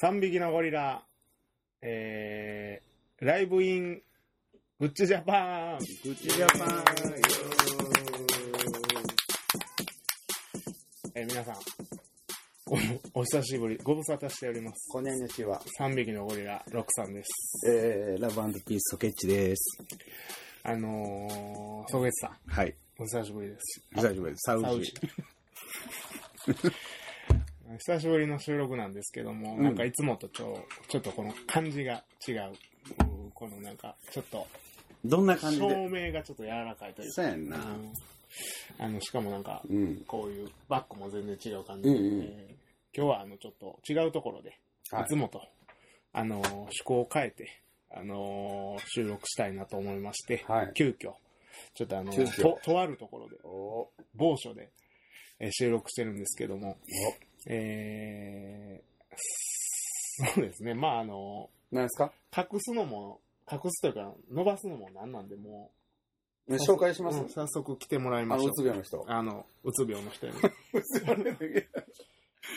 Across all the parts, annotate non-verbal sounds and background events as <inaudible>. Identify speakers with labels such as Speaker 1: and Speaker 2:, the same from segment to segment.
Speaker 1: 3匹のゴリラ、えー、ライブイン、グッチジャパン
Speaker 2: グッチジャパンイエ
Speaker 1: えー皆さん、おお久しぶり、ご無沙汰しております。
Speaker 2: こねぬちは、
Speaker 1: 3匹のゴリラ、ロックさんです。
Speaker 2: えー、ラブピースソケッチです。
Speaker 1: あのー、ソゲツさん、
Speaker 2: はい。
Speaker 1: お久しぶりです。
Speaker 2: 久しぶりです。サウ
Speaker 1: サウジ
Speaker 2: ジ。
Speaker 1: 久しぶりの収録なんですけども、
Speaker 2: うん
Speaker 1: なんかいつもとちょちょっとこの感じが違う。うんこのなんか、ちょっと、
Speaker 2: どんな感じ
Speaker 1: 照
Speaker 2: で
Speaker 1: 明がちょっと柔らかいという
Speaker 2: そ
Speaker 1: か、
Speaker 2: うやん
Speaker 1: う
Speaker 2: な。
Speaker 1: んあの、しかもなんか、
Speaker 2: うん。
Speaker 1: こういうバッグも全然違う感じで、
Speaker 2: うんうん
Speaker 1: えー今日はあのちょっと違うところで、
Speaker 2: はい
Speaker 1: い、つもと、あのー趣向を変えて、あのー収録したいなと思いまして、
Speaker 2: はい
Speaker 1: 急遽、ちょっとあの
Speaker 2: 急遽
Speaker 1: と、とあるところで、
Speaker 2: お
Speaker 1: 某所で、えー収録してるんですけども、えーそうですね、まああの
Speaker 2: なんですか
Speaker 1: 隠すのも、隠すというか、伸ばすのもなんなんで、も
Speaker 2: ね
Speaker 1: う、
Speaker 2: 紹介します
Speaker 1: うん早速来てもらい
Speaker 2: あ
Speaker 1: ま
Speaker 2: の、
Speaker 1: しょ
Speaker 2: う
Speaker 1: う。
Speaker 2: つ病の人。
Speaker 1: あの、うつ病の
Speaker 2: <laughs>
Speaker 1: 人に。
Speaker 2: うつ病の人。イ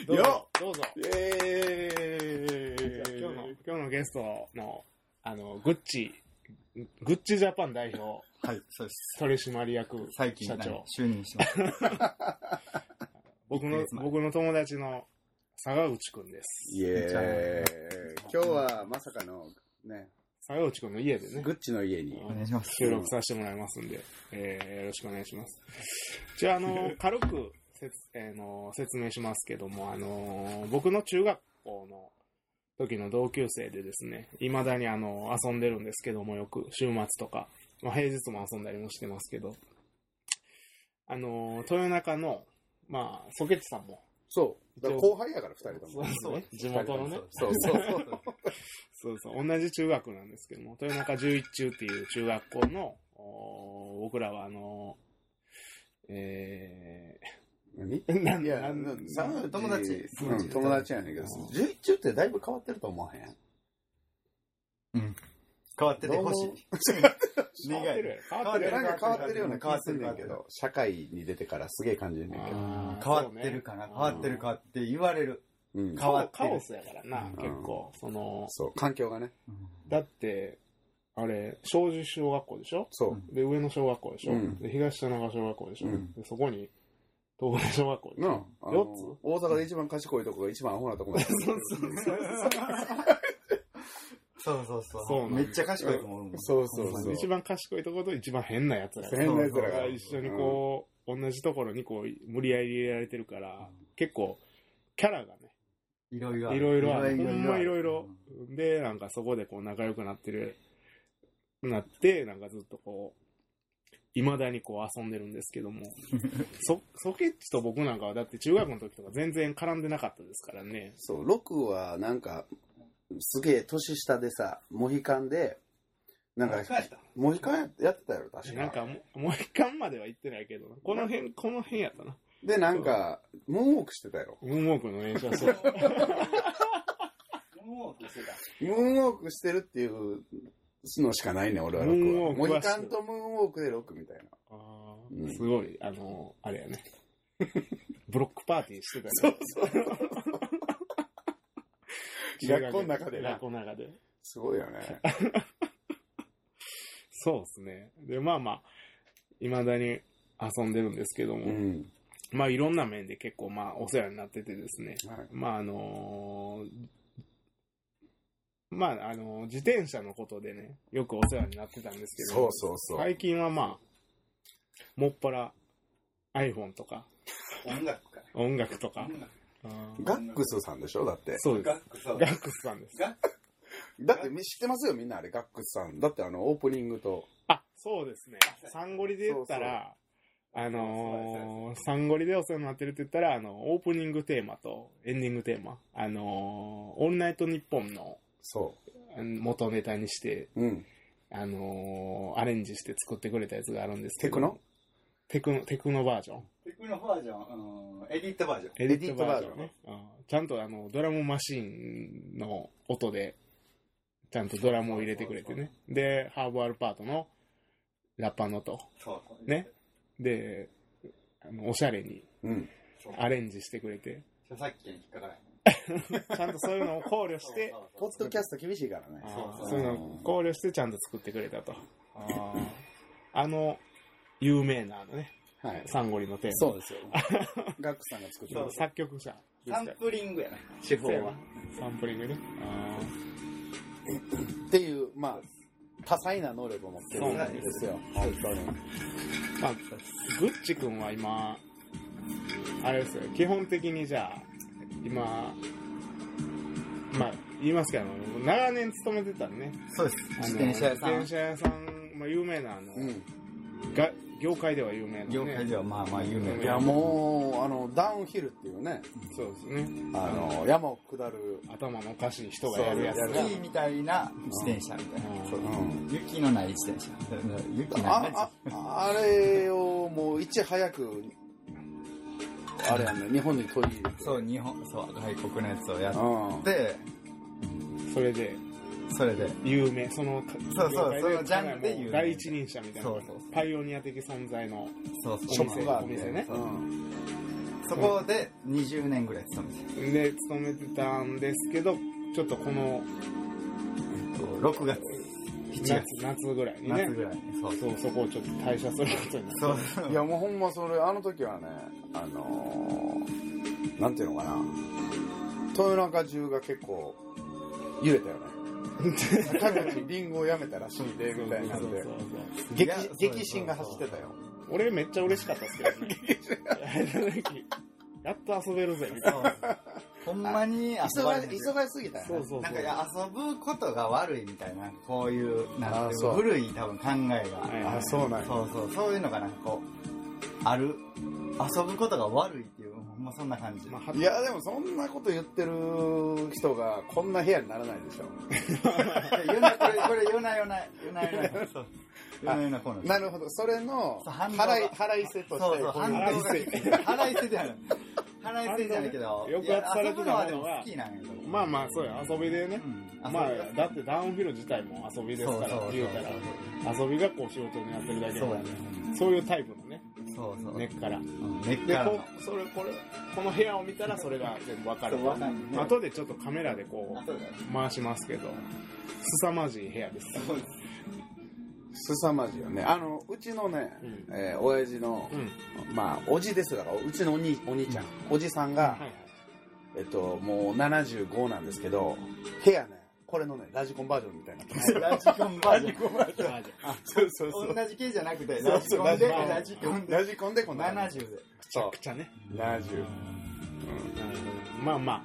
Speaker 1: どうぞ。どうぞ。
Speaker 2: エ
Speaker 1: じゃあ
Speaker 2: ーイ
Speaker 1: 今日の、今日のゲストの、あの、グッチ、グッチジャパン代表、
Speaker 3: はい、そうです。
Speaker 1: 取締役
Speaker 3: 最近、
Speaker 1: 社
Speaker 3: はい
Speaker 1: 長、
Speaker 3: 就任しました。
Speaker 1: 僕の
Speaker 3: 一ヶ月、前
Speaker 1: 僕の友達の坂口くんです。
Speaker 2: イエーイ今日はまさかの、ね、
Speaker 1: 坂口くんの家でね
Speaker 2: グ、ッチの家に。
Speaker 3: お願いします。
Speaker 1: 収録させてもらいますんで、えーよろしくお願いします。じゃあ、あの、軽く説、えーの説明しますけども、あの、僕の中学校の時の同級生でですね、未だにあの、遊んでるんですけども、よく、週末とか、まあ、平日も遊んだりもしてますけど、あの、豊中の、まあ、ソケッチさんも、
Speaker 2: そう。だから後輩やから、二人と
Speaker 1: そう
Speaker 2: も。
Speaker 1: ですね、地元のね、
Speaker 2: そうそうそう。
Speaker 1: そうそう、同じ中学なんですけども、豊中11中っていう中学校の、おー僕らはあのー、え
Speaker 2: 何
Speaker 1: なん
Speaker 2: いや、
Speaker 1: なん
Speaker 2: なん
Speaker 3: さ友達
Speaker 2: うん、友達やねんけど、
Speaker 1: うん
Speaker 2: 11中ってだいぶ変わってると思わへん。
Speaker 3: うん。変わっててほし
Speaker 2: どうも
Speaker 1: ー、
Speaker 3: い。
Speaker 1: 変わってるやろ変わってるやろ
Speaker 2: なんか変わってるような気
Speaker 3: 変わ
Speaker 2: が
Speaker 3: っ
Speaker 2: す
Speaker 3: て
Speaker 2: ん
Speaker 3: る
Speaker 2: ねんけど、社会に出てからすげえ感じるねんけど。
Speaker 3: 願
Speaker 1: あー
Speaker 3: い変わってるかな、
Speaker 1: そうね
Speaker 3: 変わってるかって言われる。
Speaker 2: うん
Speaker 3: 変わって
Speaker 1: カ
Speaker 3: る。
Speaker 1: オスやからな、
Speaker 2: うん
Speaker 1: 結構。その、
Speaker 2: そう、環境がね。
Speaker 1: だって、あれ、庄司小学校でしょ
Speaker 2: そううん
Speaker 1: で、上野小学校でしょ、
Speaker 2: うん
Speaker 1: で、東田中小学校でしょ、
Speaker 2: うん
Speaker 1: で、そこに、東大小学校でし
Speaker 2: な
Speaker 1: ょ、
Speaker 2: ああの
Speaker 1: 四つ
Speaker 2: 大阪で一番賢いとこが一番アホなとこまで。
Speaker 4: <laughs>
Speaker 1: そうそうそう
Speaker 3: そうそうそう。
Speaker 1: そうなんだ
Speaker 3: めっちゃ賢いと思うもん。
Speaker 2: そうそうそう
Speaker 3: ほんまに
Speaker 1: 一番賢いところと一番変な奴らやから
Speaker 2: 変な奴ら
Speaker 1: が
Speaker 2: が。
Speaker 1: 一緒にこう、同じところにこう、無理やり入れられてるから、結構、キャラがね、
Speaker 3: いろいろある。
Speaker 1: いろいろある。ほ
Speaker 3: いろ
Speaker 1: ん
Speaker 3: い
Speaker 1: ま
Speaker 3: ろ
Speaker 1: いろいろ。で、なんかそこでこう仲良くなってる、なって、なんかずっとこう、未だにこう遊んでるんですけども、そ、ソケッチと僕なんかはだって中学の時とか全然絡んでなかったですからね。
Speaker 2: そう、6はなんか、すげえ年下でさ、モヒカンで、なんか、モヒカンやってたやろ、確
Speaker 1: なん
Speaker 2: か。
Speaker 1: かもう、もう一巻までは行ってないけど、この辺、この辺やったな。
Speaker 2: で、なんか、ムーンウォークしてたやろ。
Speaker 1: ムーンウォークの練習はそう。
Speaker 3: もうしてた。
Speaker 2: ムーンウォークしてるっていうのしかないねん、俺は6は。
Speaker 1: ムーンウォー
Speaker 2: モ
Speaker 1: クは
Speaker 2: ヒ
Speaker 1: してる
Speaker 2: カンとムーンウォークで6みたい
Speaker 1: <laughs>
Speaker 2: な。
Speaker 1: <laughs> あ
Speaker 2: う
Speaker 1: ー
Speaker 2: ん
Speaker 1: すごい、あの、あれやね。ブロックパーティーしてたね。
Speaker 2: そうそう。学校の中でな
Speaker 1: 学校の中で。
Speaker 2: すごいよね。
Speaker 1: <laughs> そうですね。で、まあまあ、未だに遊んでるんですけども、
Speaker 2: うん。
Speaker 1: まあいろんな面で結構まあお世話になっててですね。
Speaker 2: はい
Speaker 1: まああのーまああのー自転車のことでね、よくお世話になってたんですけど
Speaker 2: そ
Speaker 1: も
Speaker 2: うそうそう。
Speaker 1: 最近はまあ、もっぱら iPhone とか
Speaker 3: 音楽か。
Speaker 1: 音楽とか、うん
Speaker 2: ガックスさんでしょだって。
Speaker 1: そうです。
Speaker 3: クさ
Speaker 1: ガックスさんです。
Speaker 3: ガッ
Speaker 2: だってみ知ってますよ、みんなあれ、ガックスさん。だってあの、オープニングと。
Speaker 1: あ、そうですね。サンゴリで言ったら、あのー、サンゴリでお世話になってるって言ったら、あの、オープニングテーマとエンディングテーマ、あのー、オールナイトニッポンの
Speaker 2: そ
Speaker 1: あの元ネタにして、
Speaker 2: う。うん。
Speaker 1: あのー、アレンジして作ってくれたやつがあるんですけ
Speaker 2: テ
Speaker 1: ど。
Speaker 2: クノ
Speaker 1: テクノ、テクノバージョン。
Speaker 3: テクノバージョン、あのエディットバージョン。
Speaker 1: エ
Speaker 2: ディットバージョ
Speaker 1: ディットバー
Speaker 2: ン
Speaker 1: ジョンね。うんちゃんとあの、ドラムマシンの音で、ちゃんとドラムを入れてくれてね。で、ハーブアルパートのラッパーの音。
Speaker 3: そうそう
Speaker 1: ね。で、あのおしゃれに
Speaker 2: うん。
Speaker 3: そう
Speaker 1: アレンジしてくれて。
Speaker 3: 著作権引っかからへん。
Speaker 1: ちゃんとそういうのを考慮
Speaker 4: <laughs>
Speaker 1: して、
Speaker 2: ポッドキャスト厳しいからね。
Speaker 1: あ
Speaker 3: そ
Speaker 1: ー
Speaker 3: う
Speaker 1: そういうのを考慮してちゃんと作ってくれたと。あーあの、有名なあのね、
Speaker 2: はい。
Speaker 1: サンゴリのテー
Speaker 2: そうですよ。
Speaker 1: <laughs>
Speaker 2: ガックさんが作って
Speaker 1: マ。
Speaker 2: ま
Speaker 3: う
Speaker 2: す。
Speaker 1: 作曲者です
Speaker 4: サ
Speaker 1: か
Speaker 4: ン
Speaker 1: ら。
Speaker 4: プリングやな、手法は。
Speaker 1: サンプリングね。あ
Speaker 2: っていう、まあ、多彩な能力を持ってる
Speaker 1: そうんなんで
Speaker 2: ですよ。本当に。
Speaker 1: ーまあ、グッチ君は今、あれですよ、基本的にじゃあ、今、まあ、言いますけど、長年勤めてたね。
Speaker 4: そうです。
Speaker 1: あの
Speaker 4: 自転車屋
Speaker 1: 自
Speaker 4: さん
Speaker 1: 転。車屋さん、まあ、有名な、あの、
Speaker 2: うん。
Speaker 1: が業界では有名な、ね。
Speaker 4: 業界ではまあまあ有名
Speaker 2: い
Speaker 4: な。
Speaker 2: や、もう、あの、ダウンヒルっていうね、
Speaker 1: そうですね。
Speaker 2: あの、山を下る、
Speaker 1: 頭のおかしい人がやるやつ
Speaker 2: そう
Speaker 1: が。
Speaker 4: 雪みたいな自転車みたいな。
Speaker 1: うん
Speaker 4: そう
Speaker 2: うん。
Speaker 4: 雪のない自転車。雪ない
Speaker 2: あ、あ、あれをもういち早く、あれやね、日本に取り入れて。
Speaker 4: そう、日本、そう、外国のやつをや
Speaker 2: う
Speaker 4: っ
Speaker 2: ん。
Speaker 4: て、
Speaker 1: それで、
Speaker 4: それで、
Speaker 1: 有名、その、
Speaker 4: そうそう
Speaker 1: 業界
Speaker 4: そのジャンルで有名
Speaker 1: もう第一人者みたいな
Speaker 4: そうそうそう
Speaker 1: パイオニア的存在の。
Speaker 4: そう
Speaker 2: シ
Speaker 4: そ
Speaker 2: ョップがあっ
Speaker 1: お
Speaker 2: て。
Speaker 1: 店ね
Speaker 2: うん。
Speaker 4: そこで20年ぐらい勤めて
Speaker 1: で、勤めてたんですけど、ちょっとこの
Speaker 4: た。6月、7
Speaker 1: 夏
Speaker 4: 月、、
Speaker 1: 夏ぐらいにね
Speaker 4: 夏、ぐらいに。そう
Speaker 1: そう、そこをちょっと退社することになって。
Speaker 4: そう。そう
Speaker 2: いや、もうほんまそれ、あの時はね、あのー、なんていうのかな、豊中中が結構揺れた
Speaker 1: <laughs>
Speaker 2: よね。各地リンゴをやめたら死んで、みたいなんで
Speaker 1: そう。そうそう
Speaker 2: 激
Speaker 4: いやそうそうそう
Speaker 2: 激震が走ってたよ。
Speaker 1: 俺めっちゃ嬉しかったですけどね。
Speaker 4: <laughs>
Speaker 1: やっと遊べるぜ、みたいな。
Speaker 4: ほんまに遊ばれ
Speaker 2: 忙
Speaker 4: て
Speaker 2: し
Speaker 4: る
Speaker 2: 忙しすぎたよね。
Speaker 1: そうそう
Speaker 4: なん
Speaker 1: そ。
Speaker 4: かいうや遊ぶことが悪いみたいなこういうなん
Speaker 2: あ
Speaker 4: ていう
Speaker 2: そう
Speaker 4: の古い多分考えが、
Speaker 1: はい
Speaker 2: あ、そうなんや。
Speaker 4: そうそうそういうのがなんかこうある遊ぶことが悪いっていうほんまそんな感じ、
Speaker 1: まあ、はい
Speaker 2: や、でもそんなこと言ってる人がこんな部屋にならないでしょ。
Speaker 4: 言うなこれこれ言うな言うな言うな言うなそう言うな言うなこうなの
Speaker 2: なるほど。それの
Speaker 4: そう反動が
Speaker 2: 払い、払いせとして。
Speaker 4: そうそう
Speaker 2: こういう
Speaker 4: 反動が
Speaker 1: 腹い
Speaker 4: 腹いせじゃない腹いせじゃないけど
Speaker 1: 反動ね
Speaker 4: いや
Speaker 1: 抑圧され
Speaker 4: 遊
Speaker 1: て
Speaker 4: ぶ
Speaker 1: た
Speaker 4: の
Speaker 1: ものが
Speaker 4: はでも好きなんやけど
Speaker 1: まあまあ、そうよ、遊びでね
Speaker 4: う。ん
Speaker 1: まあ
Speaker 4: 遊ぶ、
Speaker 1: だってダウンヒル自体も遊びです
Speaker 4: そう
Speaker 1: か
Speaker 4: そうそう
Speaker 1: ら、言うたら。遊びがこう仕事になってるだけだ
Speaker 4: そう
Speaker 1: か
Speaker 4: や
Speaker 1: ら
Speaker 4: ね
Speaker 1: そういうタイプのね、
Speaker 4: そうそう
Speaker 1: 根っから。
Speaker 4: うん根っ
Speaker 1: で、
Speaker 4: からの
Speaker 1: こう、それ、これ、この部屋を見たらそれが全部わかる
Speaker 4: そうわかるね。
Speaker 1: 後でちょっとカメラでこ
Speaker 4: あそうだね
Speaker 1: う、回しますけど、凄まじい部屋です。
Speaker 4: そうです
Speaker 2: 凄まじいよね。あの、うちのね、
Speaker 1: うん
Speaker 2: えー親父の
Speaker 1: う、ん。
Speaker 2: まあ、おじですだから、うちのお兄お兄ちゃん、おじさんが、
Speaker 1: はいはい。
Speaker 2: えっと、もう75なんですけど、部屋ね、これのね、ラジコンバージョンみたいな。
Speaker 4: ラジコンバージョン。
Speaker 1: あじゃあ
Speaker 2: そうそうそう。
Speaker 4: 同じ系じゃなくて、
Speaker 2: そ
Speaker 4: ラ
Speaker 2: う
Speaker 4: ジ
Speaker 2: そう
Speaker 4: コンで、
Speaker 1: ラ
Speaker 4: ラ
Speaker 1: ジ
Speaker 4: ジ
Speaker 1: コ
Speaker 4: コンで。
Speaker 2: ラジコンでこんな感じ。
Speaker 4: 70で。
Speaker 1: めちゃくちゃね。
Speaker 2: 70。
Speaker 1: なるほどまあまあ、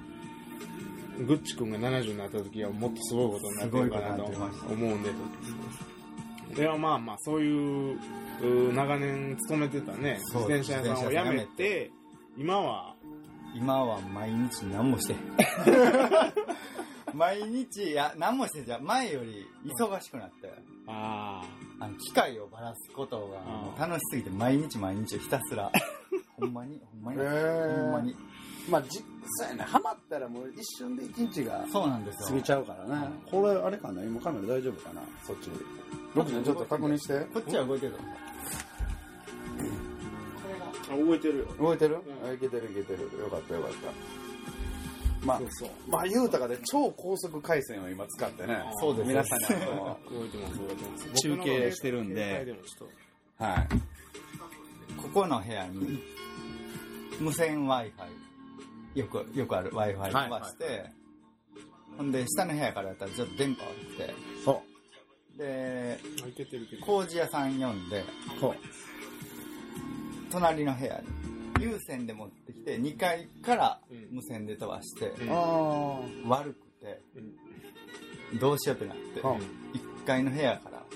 Speaker 1: グッチ君が70になった時はもっとすごいことになってるかなと
Speaker 4: すごいことになってました
Speaker 1: 思うんで。ではまあまあ、そういう、う長年勤めてたね、自
Speaker 4: そう
Speaker 1: 転車屋さんを辞
Speaker 4: 自転車屋さん
Speaker 1: め
Speaker 4: 辞め
Speaker 1: て、今は、
Speaker 4: 今は毎日何もしてへん。 <laughs> 毎日、いや、何もしてんじゃん、前より忙しくなったよ。
Speaker 1: ああ、
Speaker 4: あの、機械をばらすことがもう楽しすぎて、毎日毎日ひた
Speaker 2: <laughs>
Speaker 4: すら。ほんまに、ほんま
Speaker 2: え
Speaker 4: に。ほんまに。
Speaker 2: まあ、実際ね、ハマったらもう一瞬で一日が
Speaker 4: そうなんですよ。
Speaker 2: 過ぎちゃうからね。これ、あれかな今カメラ大丈夫かなそっち。僕ね、ちょっと確認して。
Speaker 4: こっちは動いてるぞ。
Speaker 1: 覚えてるよ。
Speaker 2: 動いてる、
Speaker 1: うん
Speaker 2: あいけてるいけてる。よかったよかった。まあ
Speaker 1: そう、そう。
Speaker 2: まあ、言うたかで超高速回線を今使ってね。
Speaker 4: そうです
Speaker 2: 皆さんにあの、
Speaker 1: 覚えてます、覚えてます。
Speaker 2: 中継してるんで
Speaker 1: 僕の携帯もちょっ
Speaker 2: はい。
Speaker 4: ここの部屋に無線 Wi-Fi よくよくある Wi-Fi 飛ばして、ほんで下の部屋からやったらちょっと電波悪く
Speaker 2: そ
Speaker 4: てで
Speaker 1: と開けてるけど。
Speaker 4: 工事屋さん呼んで
Speaker 2: う。そう。
Speaker 4: 隣の部屋に有線で持ってきて2階から
Speaker 1: うん
Speaker 4: 無線で飛ばして、
Speaker 1: うん
Speaker 2: あ
Speaker 4: 悪くて
Speaker 1: うん
Speaker 4: どうしようってなって、
Speaker 2: あ。うん。
Speaker 4: 1階の部屋からこ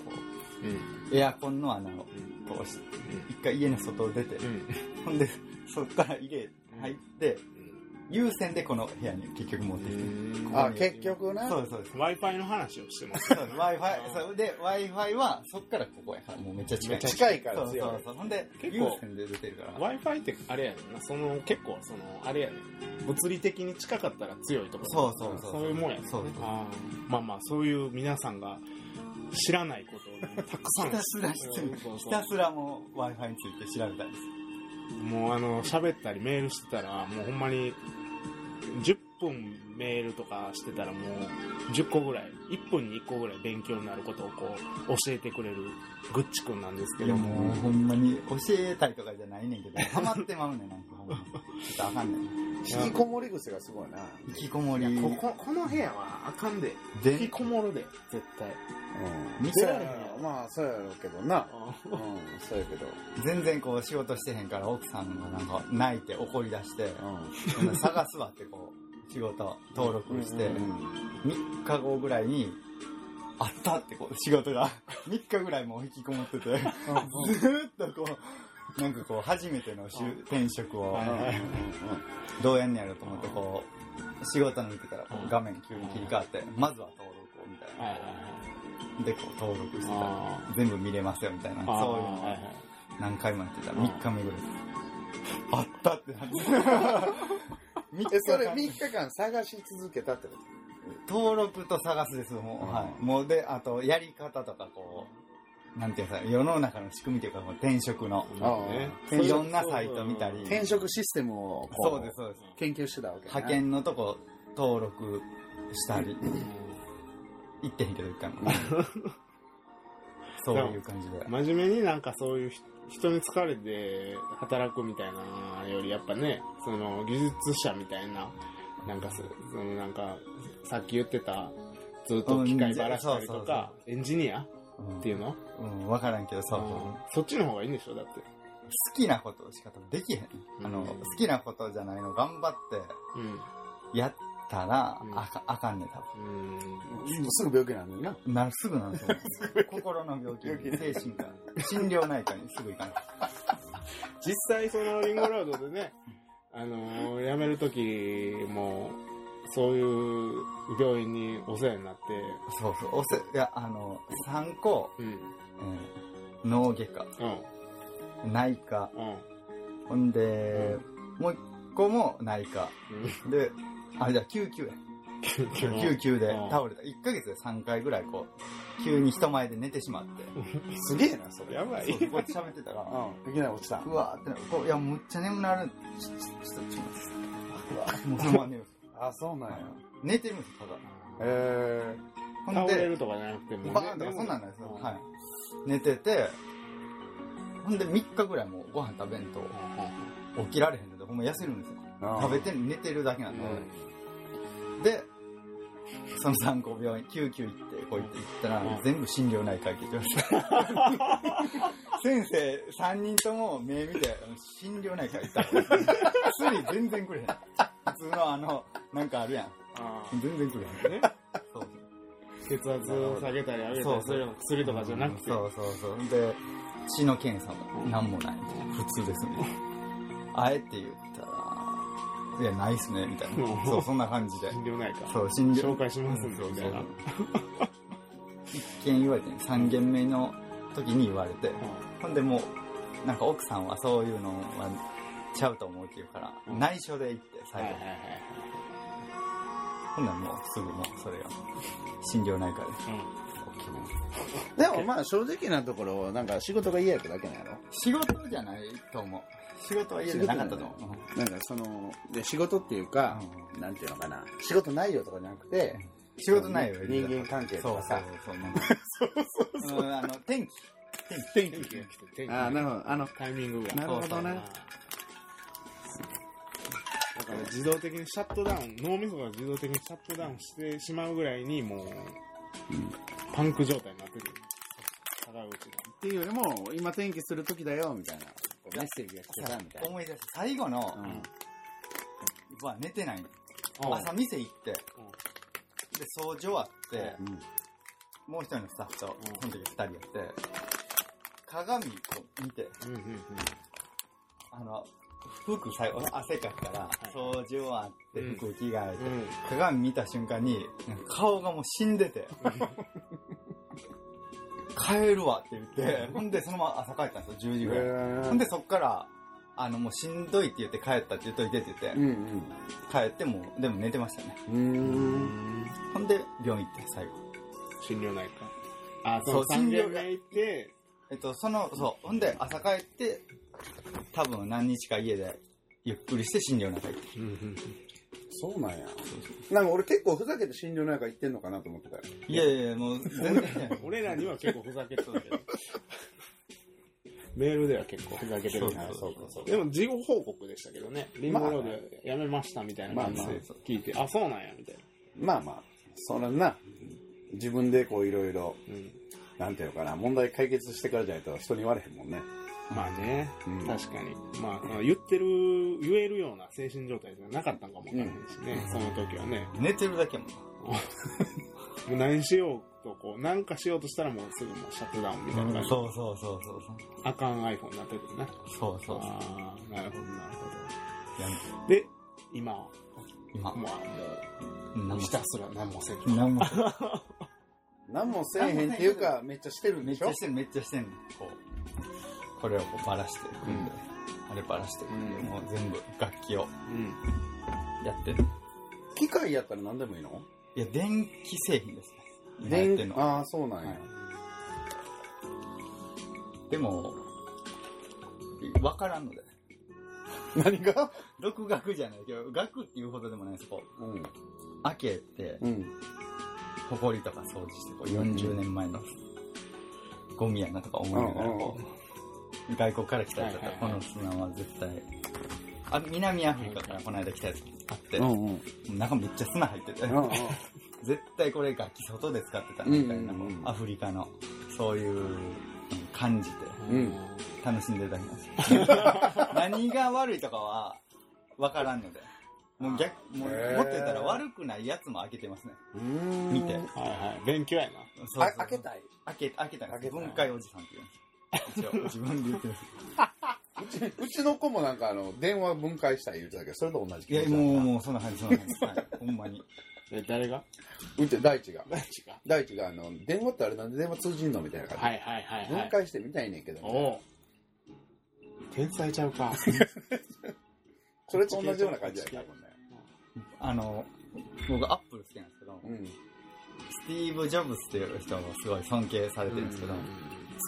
Speaker 1: うん。
Speaker 4: うエアコンの穴を
Speaker 1: うん
Speaker 4: 通して1回家の外を出て、
Speaker 1: うん。
Speaker 4: ほんでそっから入れ入って、有線でこの部屋に結局持ってきて、
Speaker 1: うん
Speaker 2: あ、結局ね。
Speaker 4: そうですそうです
Speaker 1: Wi-Fi の話をしてます。
Speaker 4: そうです Wi-Fi そうで Wi-Fi はそっからここやからもうめっちゃ近
Speaker 2: め
Speaker 4: い
Speaker 2: っちゃ近いから
Speaker 4: そう
Speaker 2: 強い
Speaker 4: そうそうほんで
Speaker 1: 結
Speaker 4: 有
Speaker 1: 構
Speaker 4: 線で出てるから
Speaker 1: Wi-Fi ってあれやねんな、その結構その、あれやねん物理的に近かったら強いとか、
Speaker 4: そうそうそう
Speaker 1: そういうもんやねん
Speaker 4: そうそう
Speaker 1: あーまあまあ、そういう皆さんが知らないこと
Speaker 4: <laughs>
Speaker 1: をね、たくさん
Speaker 4: ひたすらして
Speaker 1: うんそう
Speaker 4: ひ
Speaker 1: そう
Speaker 4: たすらもう Wi-Fi について調べたんです
Speaker 1: もうあの、喋ったりメールしてたら、もうほんまに、10分メールとかしてたらもう10個ぐらい、1分に1個ぐらい勉強になることをこう教えてくれるぐっちくんなんですけ
Speaker 4: いや
Speaker 1: ども、
Speaker 4: もうほんまに教えたいとかじゃないねんけど、ハマってまうねん、なんかほんま。ちょっとあかんねん。
Speaker 2: 引きこもり癖がすごいな。
Speaker 4: 引きこもり、
Speaker 1: こここの部屋はあかんで、引き
Speaker 4: で、
Speaker 1: こもるで、絶対。
Speaker 2: う
Speaker 4: 見
Speaker 2: ん。
Speaker 4: せ
Speaker 2: そ
Speaker 4: ら
Speaker 2: う
Speaker 4: れへん
Speaker 2: やろまあ、そうやろうけどな。うん、そうやけど。
Speaker 4: 全然こう仕事してへんから奥さんがなんか泣いて怒り出して、
Speaker 2: う
Speaker 4: ほんなら探すわってこう、仕事登録
Speaker 2: ん。
Speaker 4: して
Speaker 2: う、ん
Speaker 4: 3日後ぐらいに、あったってこう、仕事が。3日ぐらいもう引きこもってて、ずーっとこう、なんかこう、初めての就転職を、
Speaker 1: はいはい
Speaker 4: どうやんねやろと思って、こう、仕事抜いてたら
Speaker 1: うん、
Speaker 4: 画面急に切り替わって、まずは登録をみたい
Speaker 1: はいはい
Speaker 4: な。で、こう、登録してたら、
Speaker 1: はい。
Speaker 4: 全部見れますよみたいな、
Speaker 1: ああ、
Speaker 4: そういうの
Speaker 1: はいは
Speaker 4: を
Speaker 1: い
Speaker 4: 何回もやってたら、
Speaker 1: うん
Speaker 4: 3日目ぐらい。あったってなって。3
Speaker 2: え、それ3日間探し続けたってこと
Speaker 4: 登録と探すですもう、
Speaker 2: うん
Speaker 4: はいもうであとやり方とかこうなんていうか世の中の仕組みというかこう転職の
Speaker 1: うん
Speaker 2: ああ
Speaker 1: ね
Speaker 4: いろんなサイト見たり
Speaker 2: 転職システムをこ
Speaker 4: そうですそうです
Speaker 2: 研究してたわけやな
Speaker 4: 派遣のとこ登録したり行ってへんけど <laughs> 一回もそういう感じで
Speaker 1: 真面目になんかそういうひ人に疲れて働くみたいなよりやっぱねその技術者みたいななんかそそのなんかさっき言ってたずっと機械ばらしたりとか、エンジニアっ
Speaker 4: うん
Speaker 1: ていうの、
Speaker 4: うん、分からんけどそう、
Speaker 1: うん
Speaker 4: 好
Speaker 1: そっちの方がいいんでしょだって、
Speaker 4: きなことしかできへんあの、
Speaker 1: うん
Speaker 4: 好きなことじゃないの頑張っ
Speaker 1: うん
Speaker 4: てやったら、
Speaker 1: うん
Speaker 4: あかあかんねん多分
Speaker 1: うん
Speaker 2: うんすぐ病気なんだよな。
Speaker 4: なるすぐなんですよ。 <laughs> 心の病気に、精神科、心療内科にすぐ行かない。
Speaker 1: 実際そのリンゴロードでねあのー辞める時もそういう病院にお世話になって
Speaker 4: そうそう、おせ、いや、あの、産後、
Speaker 1: うん
Speaker 4: えー脳外科、
Speaker 1: うん
Speaker 4: 内科、
Speaker 1: うん
Speaker 4: ほんで、もう一個も内科。で、あ、じゃあ救 <laughs> 急や。
Speaker 1: うん
Speaker 4: 救急で
Speaker 1: うん
Speaker 4: 倒れた。1ヶ月で3回ぐらいこう、急に人前で寝てしまって。
Speaker 2: すげえな、それ。
Speaker 1: やばい
Speaker 4: そうこうやって喋ってたら、
Speaker 2: うん。いきなり落ちた。
Speaker 4: うわーってなるこう、いや、むっちゃ眠なる。ちょ、ちょ、ちょ、ちょ、うわーってもうそのまま寝る。
Speaker 2: あ、そうなんや。
Speaker 4: 寝てるんですよ、ただ。
Speaker 2: え
Speaker 4: ほ
Speaker 1: 倒
Speaker 4: ん
Speaker 1: れ
Speaker 4: で、
Speaker 1: るとかじゃなくても、ね、
Speaker 4: バーンとかそんなんないですよ。はい。寝てて、ほんで3日ぐらいもうご飯食べんと起きられへんので、ほんま痩せるんですよ。
Speaker 2: ー
Speaker 4: 食べて寝てるだけなんで。で、その産後病院、救急行って、こう行って行ったら
Speaker 1: う、ん
Speaker 4: 全部心療内科行ってきま
Speaker 1: <laughs>
Speaker 4: した。先生3人とも目見て、心療内科行った薬全然くれへん。普通のあの、なんかあるやん。
Speaker 1: あ
Speaker 4: 全然くれへ
Speaker 1: ー
Speaker 4: ん。
Speaker 1: ね
Speaker 4: そう
Speaker 1: 血圧を下げたり上げた
Speaker 4: そ
Speaker 1: り
Speaker 4: う
Speaker 1: するような薬とかじゃなくて、
Speaker 4: そうそうそうで血の検査も何もない普通で
Speaker 1: <laughs>
Speaker 4: すねあえて言ったら「いやないっすね」みたいな
Speaker 1: うん
Speaker 4: そうそんな感じで
Speaker 1: 診療内科
Speaker 4: そう診療
Speaker 1: 紹介しますんで
Speaker 4: そう
Speaker 1: み
Speaker 4: そ
Speaker 1: たいな
Speaker 4: う一見言われてね3軒目の時に言われてほんでもうなんか奥さんはそういうのはちゃうと思うって言うから、
Speaker 1: うん
Speaker 4: 内緒で行って
Speaker 1: はい
Speaker 4: 最
Speaker 1: はい
Speaker 4: 後、
Speaker 1: はいはい
Speaker 4: ほんならもうすぐもうそれが診療内科で
Speaker 1: うん
Speaker 2: でもまあ正直なところ、なんか仕事が嫌やっただけなんやろ。
Speaker 4: 仕事じゃないと思う仕事は家でなかったと思う
Speaker 2: なんかその、で仕事っていうか、なんていうのかな。仕事内容とかじゃなくて、
Speaker 4: 仕事ないよ
Speaker 2: 人間関係
Speaker 4: そ
Speaker 2: と
Speaker 4: う
Speaker 2: か
Speaker 4: そう
Speaker 2: さ。
Speaker 4: そうなんかそうそうそうあの天気
Speaker 1: 天気が来て天気
Speaker 2: ああ、なるほど。あの、
Speaker 1: タイミングが
Speaker 2: なるほどね
Speaker 1: そうそうだから自動的にシャットダウン脳みそが自動的にシャットダウンしてしまうぐらいにもう、パンク状態になってくる互いうちが
Speaker 2: っていうよりも、今天気する時だよ、みたいな。メッセージが来てたみたい
Speaker 4: 思い出した最後の
Speaker 2: な。うん。
Speaker 4: うわ寝てない
Speaker 1: うん
Speaker 4: 朝店行ってで掃除終わって
Speaker 2: うん
Speaker 4: もう一人のスタッフと
Speaker 1: うん
Speaker 4: その時二人やって鏡を見て
Speaker 1: うんうんうん
Speaker 4: あの服最後汗かくから掃除終わって
Speaker 1: うん
Speaker 4: 服着替えて
Speaker 1: うん
Speaker 4: 鏡見た瞬間に顔がもう死んでて帰るわって言ってほんでそのまま朝帰ったんですよ10時ぐらいほんでそっから、あの、もうしんどいって言って帰ったって言っといてって言って、
Speaker 2: うん
Speaker 4: 帰ってもう、でも寝てましたね。
Speaker 2: うん。
Speaker 4: ほんで、病院行って、最後。
Speaker 1: 心療内科あそ
Speaker 4: そうう
Speaker 1: 3
Speaker 4: 心療
Speaker 1: 軒
Speaker 4: 内
Speaker 1: 目行って
Speaker 4: えっと、その、そう、ほんで、朝帰って、多分何日か家で、ゆっくりして診療内科行って。
Speaker 1: うんうん
Speaker 2: そうなんや。なんか俺結構ふざけて心療内科行ってんのかなと思ってたよ。
Speaker 4: いやいや、もう全 <laughs> 然。
Speaker 1: 俺らには結構ふざけてるけど。メールでは結構ふざけてるな。
Speaker 2: そうかそう
Speaker 1: でも、事後報告でしたけどね。リンゴロードやめましたみたいな感じ
Speaker 2: まあ
Speaker 1: で
Speaker 2: ま
Speaker 1: 聞いて、あ、そうなんや、みたいな。
Speaker 2: まあまあ、そらな、自分でこういろいろ、
Speaker 1: うん。
Speaker 2: なんていうのかな、問題解決してからじゃないと人に言われへんもんね。
Speaker 1: まあね、
Speaker 2: うん
Speaker 1: 確かに。まあ、言ってる、言えるような精神状態じゃなかったんかもわからへんしね、その時はね。
Speaker 4: 寝てるだけやもん。
Speaker 1: もう何しようと、こう、何かしようとしたらもうすぐもうシャットダウンみたいな感じ。
Speaker 4: そうそうそうそうそう。
Speaker 1: あかん iPhone になってるな。
Speaker 4: そうそうそう。
Speaker 1: ああ、なるほど、なるほ
Speaker 4: やめ
Speaker 1: ど。で、今は、
Speaker 4: 今、
Speaker 1: まあ、
Speaker 4: 何
Speaker 1: もう、
Speaker 4: も
Speaker 1: ひたすら何もせん。
Speaker 4: 何も。
Speaker 2: 何もせえへんっていうか、めっちゃしてるん
Speaker 4: め
Speaker 2: で
Speaker 4: っ
Speaker 2: し
Speaker 4: ちゃ
Speaker 2: ょ
Speaker 4: してる、めっちゃしてんの。こう、これをこうバラしていくんで、あれバラしていくんで、
Speaker 1: うん
Speaker 4: もう全部楽器を
Speaker 1: うん。
Speaker 4: やってる。
Speaker 2: 機械やったら何でもいいの
Speaker 4: いや、電気製品ですね。今やってる
Speaker 2: 電
Speaker 4: のは。
Speaker 2: ああ、そうなんや。
Speaker 4: でも、わからんので。
Speaker 2: 何が
Speaker 4: 独学じゃないけど、学っていうほどでもないです。こう、
Speaker 2: うん。
Speaker 4: 開けて、
Speaker 2: うん。
Speaker 4: ほこりとか掃除して、こう、40年前のゴミやなとか思いながら、こう、外国から来たやつだったら、
Speaker 1: はい
Speaker 4: こ
Speaker 1: はいはい
Speaker 4: の砂は絶対、あ、南アフリカからこの間来たやつあっ
Speaker 2: <laughs>
Speaker 4: て、
Speaker 2: うんうん。
Speaker 4: 中めっちゃ砂入ってて、
Speaker 2: うんうん。
Speaker 4: 絶対これ楽器外で使ってたなみたいな、
Speaker 2: うんうんうん
Speaker 4: こうアフリカの、そういうのを感じて、
Speaker 2: うん
Speaker 4: 楽しんでるだけなんですよ。
Speaker 2: <laughs>
Speaker 4: 何が悪いとかは、わからんので。もう逆、もう、
Speaker 2: へー
Speaker 4: 持ってたら悪くないやつも開けてますね。
Speaker 2: うーん
Speaker 4: 見て。
Speaker 1: はいはい。勉強やな。
Speaker 4: そう
Speaker 2: あ、開けたい。
Speaker 4: 開け、開けたんですよ。
Speaker 2: 開けた
Speaker 4: 分解おじさんって言うんです
Speaker 2: <laughs>
Speaker 4: よ。一応、自分で言ってます。
Speaker 2: うちの子もなんかあの、電話分解したい言ってたけど、それと同じ気
Speaker 4: い
Speaker 2: 持ち
Speaker 4: や、もう、もう、そんな感じ、そんな感じ。はい、ほんまに。
Speaker 1: え、誰が <laughs>
Speaker 2: う。うち、大地が。
Speaker 1: 大地が。
Speaker 2: 大地があの、電話ってあれなんで電話通じんのみたいな感じ。
Speaker 1: はいはいはいは
Speaker 2: 分
Speaker 1: い。
Speaker 2: 解してみたいねんけど、
Speaker 1: おう天才ちゃうか。
Speaker 2: それと同じような感じや
Speaker 4: あの、僕、アップル好きなんですけど
Speaker 2: 多、分ね。
Speaker 4: スティーブ・ジョブスっていう人もすごい尊敬されてるんですけど、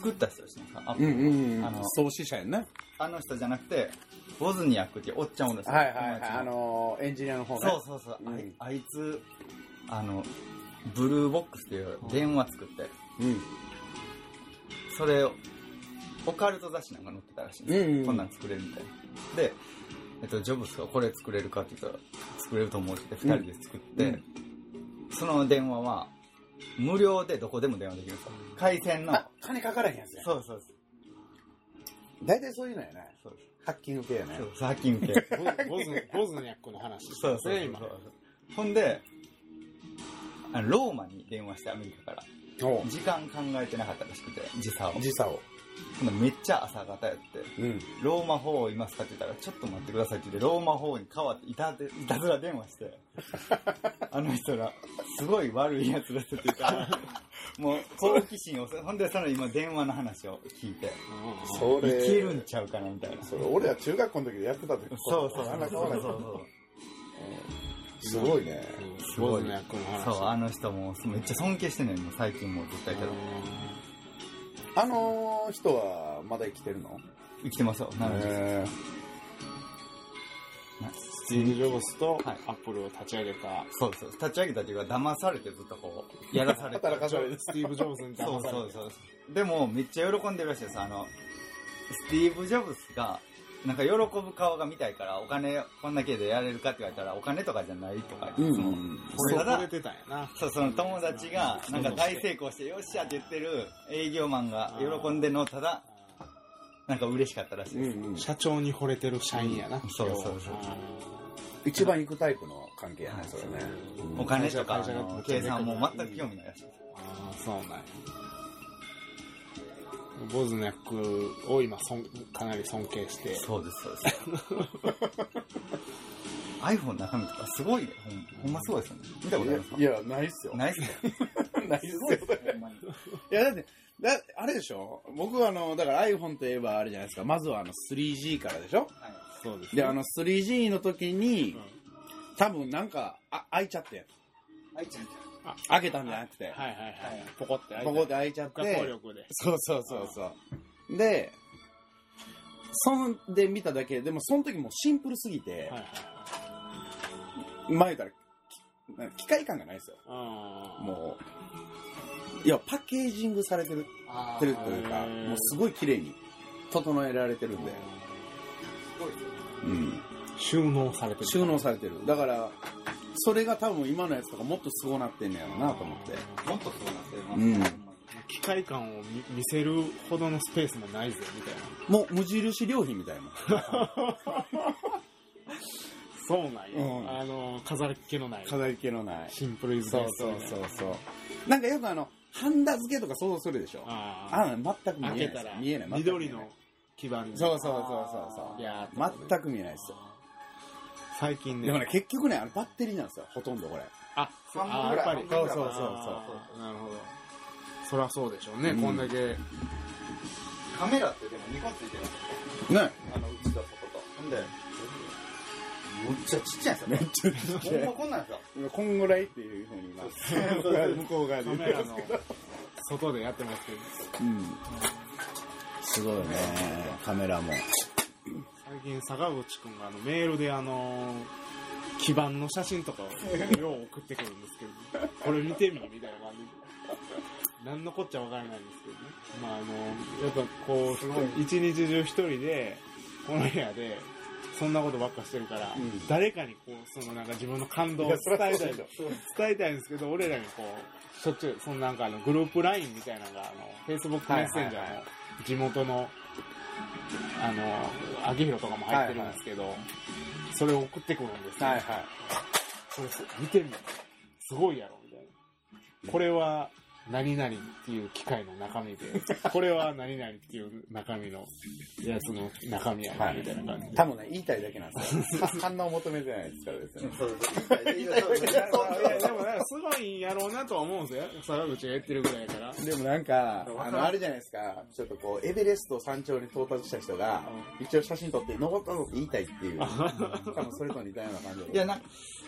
Speaker 4: 作った人ですね。アップ
Speaker 2: う
Speaker 4: ル
Speaker 2: ん。うんうん
Speaker 4: あの
Speaker 2: 創始者やんな。
Speaker 4: あの人じゃなくて、ボズニアックっていうおっちゃんおるんですよ。
Speaker 2: はいはいはい
Speaker 4: 友。達の
Speaker 2: あのー、エンジニアの方ね。
Speaker 4: そうそうそう、あ
Speaker 2: う
Speaker 4: い
Speaker 2: ん
Speaker 4: あいつあのブルーボックスっていう電話作って
Speaker 2: うん。
Speaker 4: それをオカルト雑誌なんか載ってたらしいんですよ、
Speaker 2: うんうん
Speaker 4: こんなん作れるみたいなで、えっと、ジョブスがこれ作れるかって言ったら作れると思うって言って2人で作って、
Speaker 2: うん
Speaker 4: その電話は無料でどこでも電話できるんですよ回線の
Speaker 2: あ、金かからへんやつや。
Speaker 4: そうそうそう
Speaker 2: 大体そういうのやね。
Speaker 4: そう
Speaker 2: ハッキング系やね
Speaker 4: そう。そうハッキング系
Speaker 1: ボボズボズニャックの話です
Speaker 4: そうそうそう
Speaker 1: ね、今。
Speaker 4: ほんであのローマに電話してアメリカから
Speaker 2: おう
Speaker 4: 時間考えてなかったらしくて時差を
Speaker 2: 時差を。
Speaker 4: ほんでめっちゃ朝方やって
Speaker 2: うん。
Speaker 4: 「ローマ法王いますか?」って言ったら「ちょっと待ってください」って言ってローマ法王に代わっていたずいたずら電話して
Speaker 2: <laughs>
Speaker 4: あの人らすごい悪いやつだって言った
Speaker 2: <laughs>
Speaker 4: らもう好奇心をほんでその今電話の話を聞いて
Speaker 1: うん
Speaker 2: そ
Speaker 4: い
Speaker 2: れ。
Speaker 4: けるんちゃうかなみたいなそ
Speaker 2: そうれ、俺ら中学校の時でやってた時。
Speaker 4: そうそ
Speaker 2: な
Speaker 4: うそ
Speaker 2: か
Speaker 4: う
Speaker 2: なか
Speaker 4: そ
Speaker 2: わか
Speaker 4: う
Speaker 2: らへん
Speaker 4: そう
Speaker 2: すごいね。
Speaker 4: すご
Speaker 1: ボ
Speaker 4: い
Speaker 1: ズニャックの話。
Speaker 4: そうあの人もめっちゃ尊敬してんねんもう最近もう絶対けど
Speaker 2: あのー人はまだ生きてるの
Speaker 4: 生きてますよなんで
Speaker 2: へ
Speaker 1: スティーブ・ジョブスと
Speaker 4: はい
Speaker 1: アップルを立ち上げた、
Speaker 4: そうそう立ち上げたというか騙されてずっとこうやらされ
Speaker 2: ー
Speaker 4: て
Speaker 2: 働かされる。
Speaker 1: スティーブ・ジョブスに騙
Speaker 4: そう
Speaker 1: されて
Speaker 4: そうそうそう。でも、めっちゃ喜んでるらしいです。あの、スティーブ・ジョブスが、なんか喜ぶ顔が見たいから、お金こんだけでやれるかって言われたら、お金とかじゃないとか、いつ
Speaker 2: う
Speaker 4: も。
Speaker 2: ん。
Speaker 4: そう
Speaker 1: そう惚れてたんやな。
Speaker 4: そう、その友達が、なんか大成功して、よっしゃって言ってる営業マンが喜んでるのをただ、なんか嬉しかったらしい
Speaker 2: うん
Speaker 4: です。
Speaker 2: うん。
Speaker 1: 社長に惚れてる社員やな。
Speaker 4: そうそうそう
Speaker 1: 要は
Speaker 2: 一番行くタイプの関係やね、それね。
Speaker 4: お金とか、
Speaker 1: 会社が
Speaker 4: あの計算も全く興味ないらしいです。
Speaker 1: ああ、そうなんや。ボズニャックを今そん、かなり尊敬して。
Speaker 4: そうです、 <laughs> そうです。iPhone の中身とかすごいね。ほんほんますごいですよね。見たことありますか
Speaker 2: いや、ないっすよ。
Speaker 4: ないっすよ。
Speaker 2: <laughs> ないっすよ。
Speaker 4: ほんまに
Speaker 2: いや、だって、だあれでしょ僕はあの、だから iPhone といえばあれじゃないですか。まずはあの 3G からでしょ
Speaker 4: はい
Speaker 1: そうです
Speaker 2: で、あの 3G の時に、
Speaker 1: ん
Speaker 2: 多分なんか、あ、開いちゃって。
Speaker 4: あいちゃんだ
Speaker 2: 開けたんじゃなくて。
Speaker 1: はいはいはい。ポコって開い
Speaker 2: ここで開いちゃっ
Speaker 1: 不可抗
Speaker 2: て。
Speaker 1: 力で。
Speaker 2: そうそうそうそう。で、そんで見ただけで、もその時もうシンプルすぎて、
Speaker 1: はいはい。
Speaker 2: まあ言うたら、きなんか機械感がないですよ。
Speaker 1: も
Speaker 2: もう、いや、パッケージングされてる、てるというか、もうすごい綺麗に整えられてるんで、うん。
Speaker 1: 収納されてる。
Speaker 2: 収納されてる。だから、それが多分今のやつとかもっとすごなってんねやろなと思って。
Speaker 4: もっとそうなってます。
Speaker 2: うん
Speaker 1: 機械感を見見せるほどのスペースもないぜ、みたいな。
Speaker 2: もう無印良品みたいな。
Speaker 1: そうなんや。
Speaker 2: うん
Speaker 1: あの、飾り気のない。
Speaker 2: 飾り気のない。
Speaker 1: シンプルイズ
Speaker 2: そうそうそうそう。なんかよくあの、ハンダ付けとか想像するでしょ。
Speaker 1: あ
Speaker 2: あの全く
Speaker 1: あ。
Speaker 2: 見えな
Speaker 1: 開
Speaker 2: い
Speaker 1: け
Speaker 2: で
Speaker 1: た
Speaker 2: す
Speaker 1: ら、。
Speaker 2: 見えない。全く見え
Speaker 1: 緑
Speaker 2: ない
Speaker 1: の基盤
Speaker 2: そうそうそうそうそ
Speaker 1: いやー
Speaker 2: う。全く見えないですよ。
Speaker 1: 最近ね。
Speaker 2: でもね、結局ね、あのバッテリーなんですよ、ほとんどこれ。
Speaker 1: あ、
Speaker 4: 半分
Speaker 1: あ
Speaker 4: ぐ
Speaker 1: やっ
Speaker 4: らい
Speaker 1: ぱり。
Speaker 4: 半分ぐらい
Speaker 2: そうそうそう
Speaker 1: あーなるほど。そりゃそうでしょうね、
Speaker 2: うん
Speaker 1: こんだけ。
Speaker 4: カメラってでも2個ついてます。
Speaker 2: ね。
Speaker 4: あの、うちと外と。ほんで、むっちゃちっちゃいんですよ。
Speaker 2: ちょっと
Speaker 4: ほんまこんなんですよ。
Speaker 2: こんぐらいっていうふうに今、向こう側
Speaker 1: カ
Speaker 2: で
Speaker 1: メ
Speaker 2: 言って
Speaker 1: ラ
Speaker 2: ます
Speaker 1: の外でやってますけど、
Speaker 2: うん。すごいね、カメラも。
Speaker 1: 最近坂口くんがあのメールであのー、基盤の写真とかをよう送ってくるんですけど、これ見てみみたいな感じで。何のこっちゃわからないんですけどね。まああのー、やっぱこ、
Speaker 4: すごいう
Speaker 1: 一日中一人で、この部屋で、そんなことばっかしてるから、
Speaker 2: うん
Speaker 1: 誰かにこう、そのなんか自分の感動を伝えたいと伝えたいんですけど、俺らにこう、しょっちゅう、そのなんかあの、グループラインみたいなのが、あの、Facebook メッセンジャ
Speaker 2: は
Speaker 1: ー
Speaker 2: いはいは
Speaker 1: の地元の、あの、秋広とかも入ってるんですけど、それを送ってくるんですよ。
Speaker 2: はいはい。
Speaker 1: これす見てみる。すごいやろ、みたいな。これは、何々っていう機械の中 <laughs> 身で、これは何々っていう中身のやつの中身やな、
Speaker 2: はい
Speaker 1: みたいな感じで。
Speaker 2: 多分ね、言いたいだけなんですよ。反応を求めてないですからですね。
Speaker 4: そうそう
Speaker 1: いや、でもなんかすごいんやろうなとは思うんですよ。坂口が言ってるぐらいやから。
Speaker 2: でもなんか、あの、あるじゃないですか、ちょっとこう、エベレスト山頂に到達した人が、一応写真撮って、登ったぞって言いたいって <laughs> いう、多分それと似たような感じ
Speaker 4: いや、な、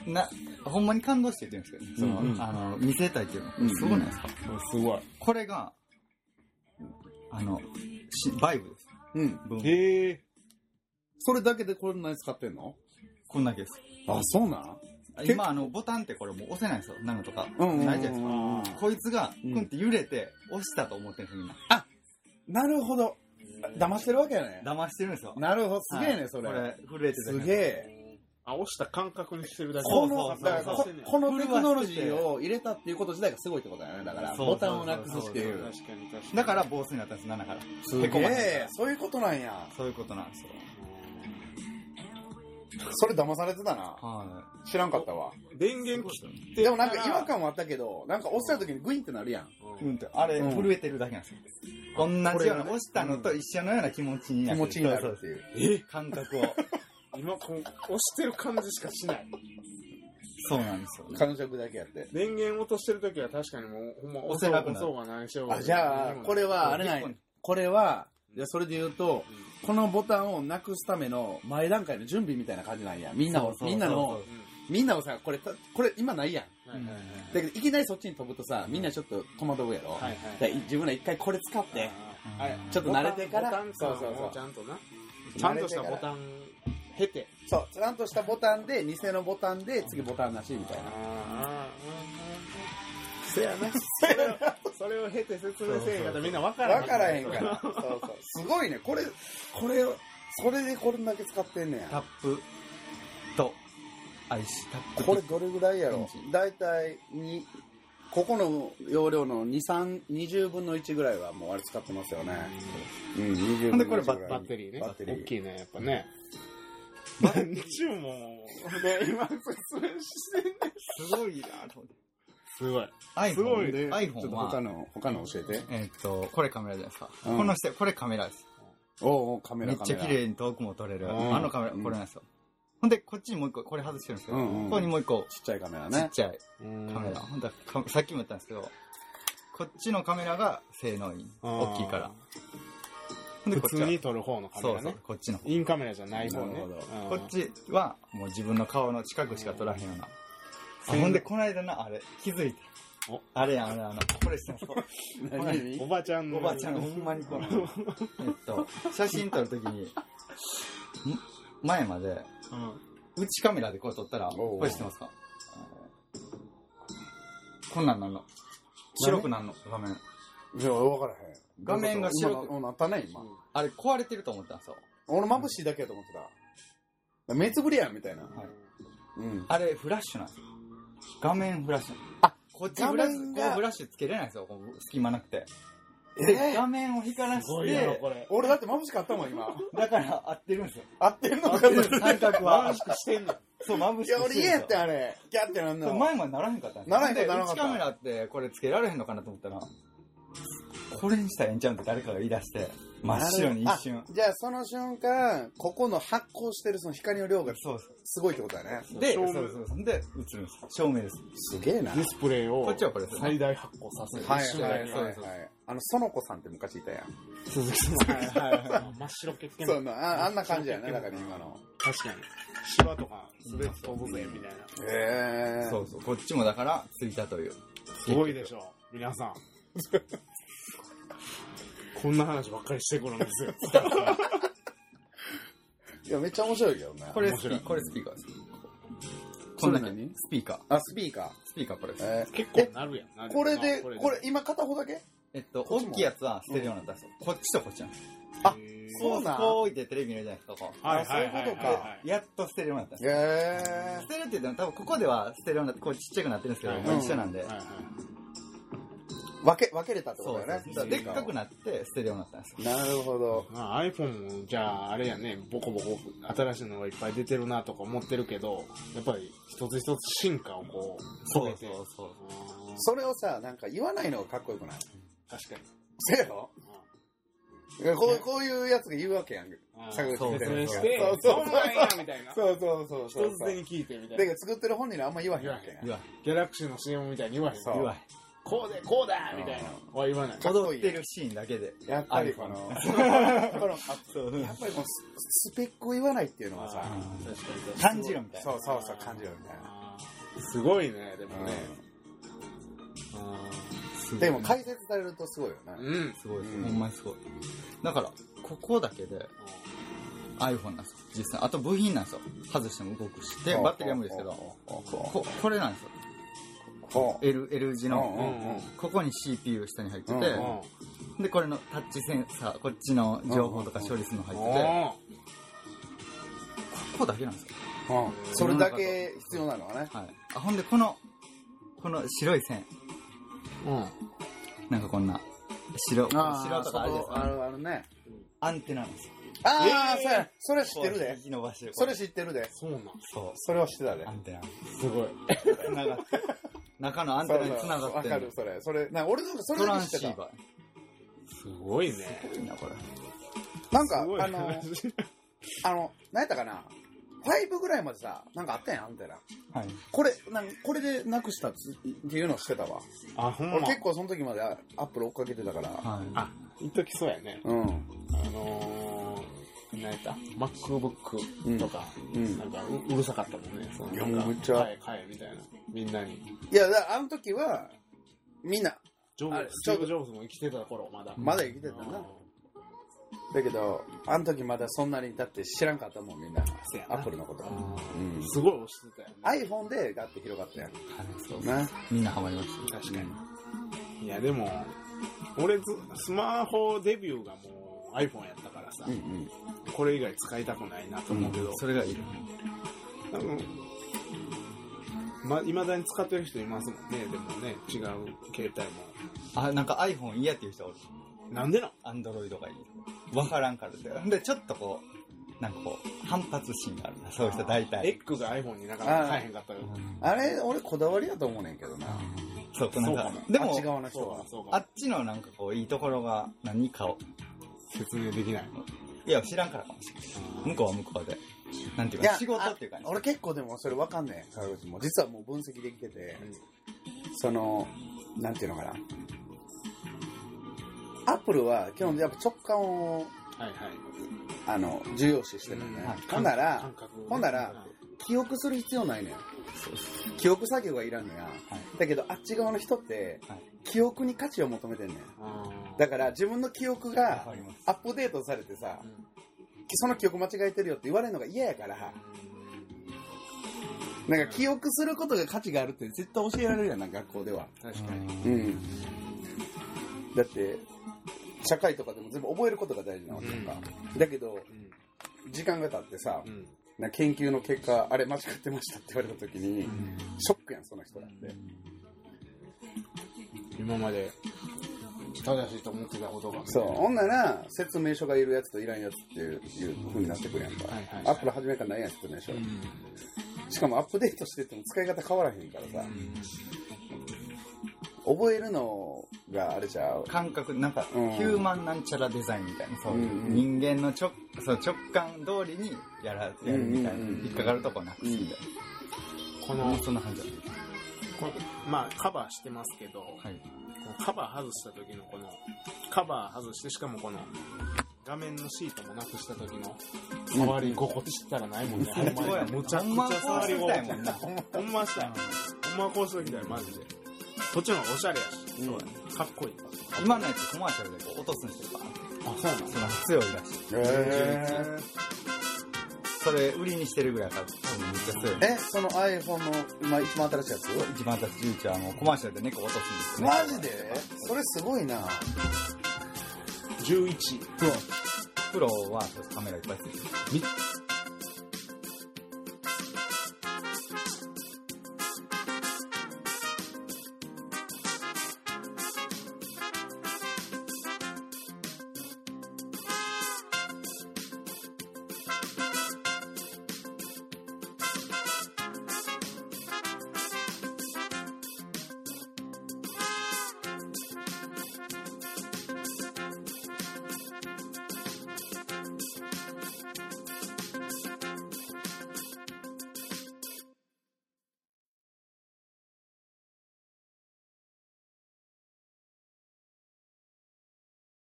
Speaker 4: な、ほんまに感動して言ってるんですけど、その、
Speaker 2: うんうん
Speaker 4: あの、見せたいっていう
Speaker 2: うんう
Speaker 4: の、
Speaker 2: ん
Speaker 4: すごないですか、
Speaker 1: すごい。
Speaker 4: これが、あの、しバイブです。
Speaker 2: うん。
Speaker 4: ブーム
Speaker 1: へえ。
Speaker 2: それだけでこんなに使ってんの
Speaker 4: こんだけです。
Speaker 2: あ、そうなん結構
Speaker 4: 今、あの、ボタンってこれもう押せないんですよ。なんかとか。
Speaker 2: うんうんうん
Speaker 4: ないじゃないです
Speaker 2: うん
Speaker 4: か。こいつが、
Speaker 2: う
Speaker 4: く
Speaker 2: ん
Speaker 4: んって揺れて、押したと思ってるんですよ、みんな。
Speaker 2: なるほど。騙してるわけやね。
Speaker 4: 騙してるんですよ。
Speaker 2: なるほど、すげえ
Speaker 4: は
Speaker 2: ね、
Speaker 4: い
Speaker 2: それ。
Speaker 4: これ、震えてた
Speaker 2: すげえ。
Speaker 1: あ、押した感覚にしてるだけ
Speaker 2: こ
Speaker 4: そ
Speaker 2: の
Speaker 4: う、そう
Speaker 2: だから
Speaker 4: そう
Speaker 2: ここのテクノロジ
Speaker 4: 震
Speaker 2: ー
Speaker 4: わせ
Speaker 2: を入れたっていうこと自体がすごいってことだよね。だから、
Speaker 4: そうそ
Speaker 2: ボ
Speaker 4: うそ
Speaker 2: タ
Speaker 4: う
Speaker 2: ンをなくすってい
Speaker 1: 確
Speaker 2: う
Speaker 1: か。に確かに。
Speaker 4: だから、坊主になったんです、なんだから。
Speaker 2: す
Speaker 4: へこ
Speaker 2: げ
Speaker 4: まへんか
Speaker 2: え
Speaker 4: ら。
Speaker 2: そういうことなんや。
Speaker 4: そういうことなんですよ。
Speaker 2: それ騙されてたな。
Speaker 4: は
Speaker 2: 知らんかったわ。
Speaker 1: 電源切
Speaker 4: い。
Speaker 1: って
Speaker 2: でもなんか違和感はあったけど、なんか押した時にグインってなるやん。
Speaker 4: うんって、あれ、
Speaker 2: うん
Speaker 4: 震えてるだけなんですよ。同じような、
Speaker 2: これがね
Speaker 4: 押したのと一緒のような気持ちにな
Speaker 2: 気
Speaker 4: る。
Speaker 2: 持ちになる
Speaker 4: そう
Speaker 2: っていう。
Speaker 4: そう感覚を。
Speaker 1: 今こう押してる感じしかしない
Speaker 4: そうなんですよね。
Speaker 2: 感触だけやって。
Speaker 1: 電源落としてる時は確かにもうほんま
Speaker 4: 押せなくなる
Speaker 1: そうがないしようが
Speaker 2: あ、じゃあ、これはあれな
Speaker 4: うん
Speaker 2: い。これは、じゃあそれで言うと、このボタンをなくすための前段階の準備みたいな感じなんや。みんなを、
Speaker 4: そうそうそうそう
Speaker 2: みんなの、みんなをさ、これ、たこれ今ないやん。
Speaker 1: うんはいはいはい
Speaker 2: だけど、いきなりそっちに飛ぶとさ、みんなちょっと戸惑うやろ。
Speaker 1: はい
Speaker 2: だから自分ら一回これ使って、
Speaker 1: あれ
Speaker 2: ちょっと慣れてから
Speaker 1: ボタン
Speaker 2: そう
Speaker 1: そ
Speaker 2: そううそう
Speaker 1: ちゃんとなちゃんとしたボタン経て
Speaker 2: そう、ちゃんとしたボタンで、偽のボタンで、次ボタンなしみたいな。
Speaker 1: ああせやなそれをそれを経て説明せえへんかったらみんな分からへん
Speaker 2: わからへんから。そうそう。すごいね。これ、これを、それでこれだけ使ってんね
Speaker 4: タ
Speaker 2: や。
Speaker 4: ップと、愛し、タップと。
Speaker 2: これどれぐらいやろ
Speaker 4: インチ
Speaker 2: だいたいに、ここの容量の2、3、20分の1ぐらいはもうあれ使ってますよね。うん、20分の1ぐらい。
Speaker 4: ほんでこれバッ
Speaker 1: バッテリーね
Speaker 2: バッテリー
Speaker 1: 大きいねやっぱ
Speaker 2: <laughs>
Speaker 1: ね何ちゅうもんで今説明してんねん
Speaker 4: すごいなと思って。
Speaker 1: すごい
Speaker 4: iPhone
Speaker 1: すごい
Speaker 2: で
Speaker 1: ね
Speaker 4: iPhone
Speaker 2: ちょっと他
Speaker 4: は、
Speaker 2: の、他の教えて。
Speaker 4: えーっと、これカメラじゃないですか。
Speaker 2: うん
Speaker 4: この下、これカメラです。
Speaker 2: おうおう、カメ
Speaker 4: め
Speaker 2: ラ
Speaker 4: っ
Speaker 2: カメ
Speaker 4: ちゃ
Speaker 2: ラ。
Speaker 4: 綺麗に遠くも撮れる。
Speaker 1: うん
Speaker 4: あのカメラ、これなんですよ。ほんで、こっちにもう一個、これ外してるんですけど、
Speaker 2: うんうん
Speaker 4: ここにもう一個、
Speaker 2: ちっちゃいカメラ
Speaker 4: ちっ
Speaker 2: ね。
Speaker 4: ちゃいカ
Speaker 1: カ
Speaker 4: メラ。ほんとはかさっきも言ったんですけど、こっちのカメラが性能いい。大きいから。ほんで、
Speaker 1: 普
Speaker 4: こっ
Speaker 1: 通
Speaker 4: ちは、
Speaker 1: に撮る方のカメ
Speaker 4: そう
Speaker 1: ラ
Speaker 4: そう
Speaker 1: ね、
Speaker 4: こっちの方。
Speaker 1: インカメラじゃない方ね
Speaker 2: なるほ
Speaker 1: う
Speaker 4: こ
Speaker 1: ん
Speaker 4: っちは、もう自分の顔の近くしか撮らへんような。
Speaker 1: う
Speaker 4: あ
Speaker 1: ん
Speaker 4: ほんで、この間な、あれ、気づいて
Speaker 1: お。
Speaker 4: あれやん、あれ、あの、これしたんですよ
Speaker 2: 何
Speaker 1: おばちゃんの
Speaker 4: おばあちゃんがほんまにこの、えっと、写真撮るときに、ん前まで、
Speaker 1: う
Speaker 4: 内カメラでこれ撮ったら、
Speaker 2: おう
Speaker 4: これ知ってますかあのこんなんなんの。白くなんの、画面。
Speaker 2: いや、分からへん。
Speaker 4: 画面が白く
Speaker 2: 今なったね、今。
Speaker 4: あれ壊れてると思ったんですよ。
Speaker 2: 俺眩しいだけやと思ってた。目つぶりやん、みたいな。
Speaker 4: はい
Speaker 2: うん。
Speaker 4: あれフラッシュなんですよ。画面フラッシュ。
Speaker 2: あ、
Speaker 4: こっちフラッシ
Speaker 2: 画面
Speaker 4: ュ、
Speaker 2: が
Speaker 4: こうフラッシュつけれないんですよ。こう隙間なくて。
Speaker 2: え
Speaker 4: で、画面を光ら
Speaker 1: すごい
Speaker 4: し
Speaker 1: やろ、
Speaker 4: て、
Speaker 1: これ。
Speaker 2: 俺だって眩しかったもん、今。
Speaker 4: だから合ってるんですよ。
Speaker 2: 合ってるの
Speaker 4: 合っ
Speaker 2: か
Speaker 4: て
Speaker 2: な
Speaker 4: るんです三角は。
Speaker 1: してんの。
Speaker 4: そう、眩しく
Speaker 2: い
Speaker 4: してる
Speaker 2: や、
Speaker 4: んで
Speaker 2: 俺
Speaker 4: すよ
Speaker 2: 家やってんあれ。ギャってなん
Speaker 4: これ
Speaker 2: の。
Speaker 4: 前までならへんかったんです
Speaker 2: ならへんかったならへんかった
Speaker 4: 内カメラってこれつけられへんのかなと思ったら、これにしたらええんちゃうんって誰かが言い出して、真っ白に一瞬
Speaker 2: あ。じゃあ、その瞬間、ここの発光してるその光の量が
Speaker 4: そうです
Speaker 2: ごいってことだね。
Speaker 4: す。で、
Speaker 1: 照
Speaker 4: そ
Speaker 1: 明
Speaker 4: うそうそう。で、映るんです。照明です。
Speaker 2: すげえな。
Speaker 1: ディスプレイを
Speaker 4: こっちはこれです
Speaker 1: 最大発光させる。
Speaker 2: はい
Speaker 1: 一緒
Speaker 2: は
Speaker 1: だ
Speaker 2: い
Speaker 1: よ
Speaker 2: はい
Speaker 1: ね
Speaker 2: はいはい。あの、園子さんって昔いたやん。
Speaker 1: 鈴木さん。
Speaker 4: はいはいはい。
Speaker 1: 真っ白欠点
Speaker 2: そうなあ、あんな感じやね、だから今の。
Speaker 1: 確かに。芝とか滑って飛ぶぜ、みたいな。
Speaker 2: へえ。
Speaker 4: そうそう。こっちもだからついたという。
Speaker 1: すごいでしょう、皆さん。 <laughs> こんな話ばっかりしてくるんです <laughs> よ。
Speaker 2: いや、めっちゃ面白いけどね。
Speaker 4: これ
Speaker 1: 面
Speaker 4: スピ
Speaker 1: 白い
Speaker 4: ー、これスピーカーです。
Speaker 2: そ
Speaker 4: こ
Speaker 2: れ
Speaker 4: んだ
Speaker 2: 何
Speaker 4: け。スピーカー。
Speaker 2: あ、スピーカー。
Speaker 4: スピーカーこれです。
Speaker 2: えー
Speaker 1: 結構なるやんな。
Speaker 2: えこれで、
Speaker 1: もな
Speaker 2: これ、今片方だけ
Speaker 4: えっと、
Speaker 2: こっ
Speaker 4: 大
Speaker 2: ちも
Speaker 4: きいやつはステレオなんだそう。こっちとこっちなんです。
Speaker 2: あ
Speaker 1: へー
Speaker 2: そうなん
Speaker 4: こう置いてテレビ見るじゃないですか、こ
Speaker 1: はいはいはい
Speaker 2: あそういうことか
Speaker 4: う。やっとステレオなんだ。ス
Speaker 2: へ
Speaker 4: テレオって言っても多分ここではステレオになって、こうちっちゃくなってるんですけど、
Speaker 1: はい
Speaker 4: もう一緒なんで
Speaker 1: はい。はい
Speaker 2: ー。分け、分けれたってこと
Speaker 4: そう
Speaker 2: だよね。
Speaker 4: そう。でっかくなってステレオになったんですよ。
Speaker 2: なるほど。
Speaker 1: まあ、iPhone もじゃああれやねボコボコ新しいのがいっぱい出てるなとか思ってるけどやっぱり一つ一つ進化をこう
Speaker 4: そ
Speaker 1: 遂
Speaker 4: う
Speaker 1: げて
Speaker 4: そうそう。
Speaker 1: うん
Speaker 2: それをさ、なんか言わないのがかっこよくない
Speaker 1: 確かに
Speaker 2: せやろいやこうこういうやつが言うわけやん。
Speaker 1: うん
Speaker 2: 探して
Speaker 1: 説明して
Speaker 2: そう
Speaker 1: そ
Speaker 2: そうう
Speaker 1: なんやみたいな
Speaker 2: そうそうそうそう。
Speaker 1: 一つ手に聞いてみた
Speaker 2: だ
Speaker 1: いな
Speaker 2: けど作ってる本人にあんま言わへんわけやん
Speaker 4: う。わ、
Speaker 1: ギャラクシーの CM みたいに言わへん
Speaker 2: そう
Speaker 4: うわ。
Speaker 1: こうでこうだみたいなは言わない
Speaker 2: かっこ
Speaker 4: 踊
Speaker 2: い
Speaker 4: っ
Speaker 2: い
Speaker 4: てるシーンだけで。
Speaker 2: やっぱりこの、この
Speaker 4: そう。
Speaker 2: やっぱりこのススペックを言わないっていうのはさ、
Speaker 1: あー確かに確かに
Speaker 4: 感じるみたい
Speaker 2: そ
Speaker 4: な。
Speaker 2: うそうそう感じるみたいな。
Speaker 1: あーすごいねでもね
Speaker 2: うんでも解説されるとすごいよ
Speaker 1: う
Speaker 2: ね。
Speaker 1: んうん
Speaker 4: すごいです。
Speaker 2: うん
Speaker 4: ほんまにすごい。だから、ここだけで iPhone なんですよ。実際。あと部品なんですよ。外しても動くし。で、バッテリーは無理ですけど。ここれなんですよ。
Speaker 2: こ
Speaker 4: L, L 字
Speaker 2: うん
Speaker 4: の。
Speaker 2: うんうん
Speaker 4: ここに CPU 下に入ってて、
Speaker 2: うん
Speaker 1: うん
Speaker 4: で、これのタッチセンサー、こっちの情報とか処理するの入ってて、
Speaker 1: お
Speaker 4: ここだけなんですよ。
Speaker 2: うんそれだけ必要なのはね。
Speaker 4: はい。あ、ほんで、この、この白い線。
Speaker 1: ーうん
Speaker 4: なんかこんな、白、白
Speaker 2: あ
Speaker 4: と
Speaker 2: そ
Speaker 4: かあれです
Speaker 2: こ
Speaker 4: よ
Speaker 2: あ
Speaker 4: ね。
Speaker 2: るあるね。
Speaker 4: アンテナなんですよ。
Speaker 2: ああ、
Speaker 1: えー
Speaker 2: そうや。それ知ってる
Speaker 4: こう
Speaker 2: で
Speaker 4: 引。き伸ばしてる。
Speaker 2: それ知ってるで。
Speaker 1: そうなん
Speaker 4: そ
Speaker 2: それは知ってたで
Speaker 4: う。ア。ンテナ。
Speaker 1: すごい
Speaker 4: つながって。中のアンテナにつなが
Speaker 2: わ
Speaker 4: って
Speaker 2: か
Speaker 4: んの
Speaker 2: る、それ。それ、な俺なんかそれ
Speaker 4: トラ
Speaker 2: だ
Speaker 4: ン
Speaker 2: け知
Speaker 4: シ
Speaker 2: って
Speaker 4: ー
Speaker 2: た。
Speaker 4: バ
Speaker 1: すごいね
Speaker 4: ー。いいな、これ。
Speaker 2: なん
Speaker 1: す
Speaker 2: か
Speaker 1: ごい、
Speaker 2: あの、あの、何やったかな。5ぐらいまでさ、なんかあったやん、アンテナ。
Speaker 4: はい。
Speaker 2: これ、なんこれでなくしたっつっていうのをしてたわ。
Speaker 1: <laughs> あほんま
Speaker 2: 俺結構その時までアップル追っかけてたから。
Speaker 4: はい。
Speaker 1: あ一時そうやね
Speaker 2: うん。
Speaker 1: あのー、何やった MacBook とか、
Speaker 2: うん
Speaker 1: なんかううるさかったもんねその
Speaker 2: いや
Speaker 1: なんか
Speaker 2: もうめっちゃ
Speaker 1: 買え買えみたいなみんなに
Speaker 2: いや、だからあの時は、みんな、
Speaker 1: ジョ
Speaker 2: あ
Speaker 1: ブ
Speaker 2: れ
Speaker 1: スティーブ・ジョブズも生きてた頃まだ
Speaker 2: まだ生きてたな
Speaker 1: うん
Speaker 2: だけど、あの時まだそんなに、だって知らんかったもん、みんな
Speaker 1: せや。
Speaker 2: ア
Speaker 1: な
Speaker 2: ップルのこと。
Speaker 1: うん
Speaker 2: うん
Speaker 1: すごい押してたよね
Speaker 2: iPhone でガッて広がったやん。
Speaker 4: そう
Speaker 2: な。
Speaker 4: みんなハマりまし
Speaker 1: 確かにいやでも俺ずスマホデビューがもう iPhone やったからさ、
Speaker 2: うんうん。
Speaker 1: これ以外使いたくないなと思うけど、
Speaker 4: た。それがいい。
Speaker 1: 多分まいまだに使ってる人いますもんねでもね違う携帯も
Speaker 4: あ、なんか iPhone 嫌っていう人おる。
Speaker 1: なんでなん
Speaker 4: アンドロイドがいい。わからんからって。で、ちょっとこう、なんかこう、反発心があるな。そういう人大体。
Speaker 1: X が iPhone になかなか買えへんかったから
Speaker 2: あれ、俺こだわりやと思うねんけどな。
Speaker 4: そう、なんか
Speaker 1: そうかも、
Speaker 4: で
Speaker 2: あっ
Speaker 4: も
Speaker 2: ち、側の人
Speaker 1: そう
Speaker 2: は
Speaker 1: か。そう
Speaker 4: あ
Speaker 1: か
Speaker 4: っちのなんかこう、いいところが何かを。
Speaker 1: 説明できない
Speaker 4: いや、知らんからかもしれない。向こうは向こうで。なんていうか、仕事っていうか
Speaker 2: あ俺結構でもそれわかんねえ、川口も。実はもう分析できてて、その、なんていうのかな。アップルは基本やっぱ直感を、
Speaker 1: はいはい
Speaker 2: あの、重要視してるの
Speaker 1: うん
Speaker 2: ね
Speaker 1: はい。
Speaker 2: ほんなら
Speaker 1: 感、覚
Speaker 2: ほんなら記憶する必要ないのよ。記憶作業がいらんのや。だけどあっち側の人って
Speaker 4: はい、
Speaker 2: 記憶に価値を求めてんねん。
Speaker 1: あー
Speaker 2: だから自分の記憶
Speaker 4: わか
Speaker 2: が
Speaker 4: ります
Speaker 2: アップデートされてさ
Speaker 1: う、ん
Speaker 2: その記憶間違えてるよって言われるのが嫌やから、なんか記憶することが価値があるって絶対教えられるやんな、学校では。
Speaker 1: 確かに。
Speaker 2: うん。だって、社会とかでも全部覚えることが大事なわけやんか。だけど、時間が経ってさ
Speaker 1: う、ん。
Speaker 2: なんか研究の結果、あれ間違ってましたって言われた時に、ショックやん、その人だって。
Speaker 1: 今まで、正しいと思ってたことが。
Speaker 2: そう、ほんなら、説明書がいるやつといらんやつっていう風になってくるやんか。
Speaker 1: はいはい
Speaker 2: アップル初めからないやん、説明書。しかもアップデートしてても使い方変わらへんからさ、覚えるのがあれちゃう。
Speaker 4: 感覚なんか、
Speaker 2: うん
Speaker 4: ヒューマンなんちゃらデザインみたいなそう、
Speaker 2: うん
Speaker 4: 人間の直そう直感通りにやらやるみたいな、
Speaker 2: うんうんうん
Speaker 4: 引っかかるとこなくすみたいな、
Speaker 1: この、
Speaker 4: そんな感じだっ
Speaker 1: このまあ、カバーしてますけど、
Speaker 4: たはい
Speaker 1: このカバー外した時のこの、カバー外して、しかもこの、画面のシートもなくした時の、触り心地ったらないもんね。ほんまに。むちゃく
Speaker 4: ほんまは
Speaker 1: ちゃ触り
Speaker 4: こう
Speaker 1: 心
Speaker 4: した
Speaker 1: 地
Speaker 4: いもんな
Speaker 1: ほんましたい。ほんまはこうしときたい、マジで。こっちの方がおしゃれやし、
Speaker 2: うん
Speaker 1: かっこいい。
Speaker 4: 今のやつコマーシャルでこう落とすんですよバーン
Speaker 1: あ、
Speaker 4: って
Speaker 1: そうなの
Speaker 4: その強いらしい
Speaker 2: え
Speaker 4: それ売りにしてるぐらいから多分めっちゃ強い
Speaker 2: え、その iPhone の今一番新しいやつ
Speaker 4: 一番私11はもうコマーシャルで猫落とすんですよ
Speaker 2: マジでそれすごいな。
Speaker 1: 11。
Speaker 4: プロはカメラいっぱいついてる
Speaker 1: み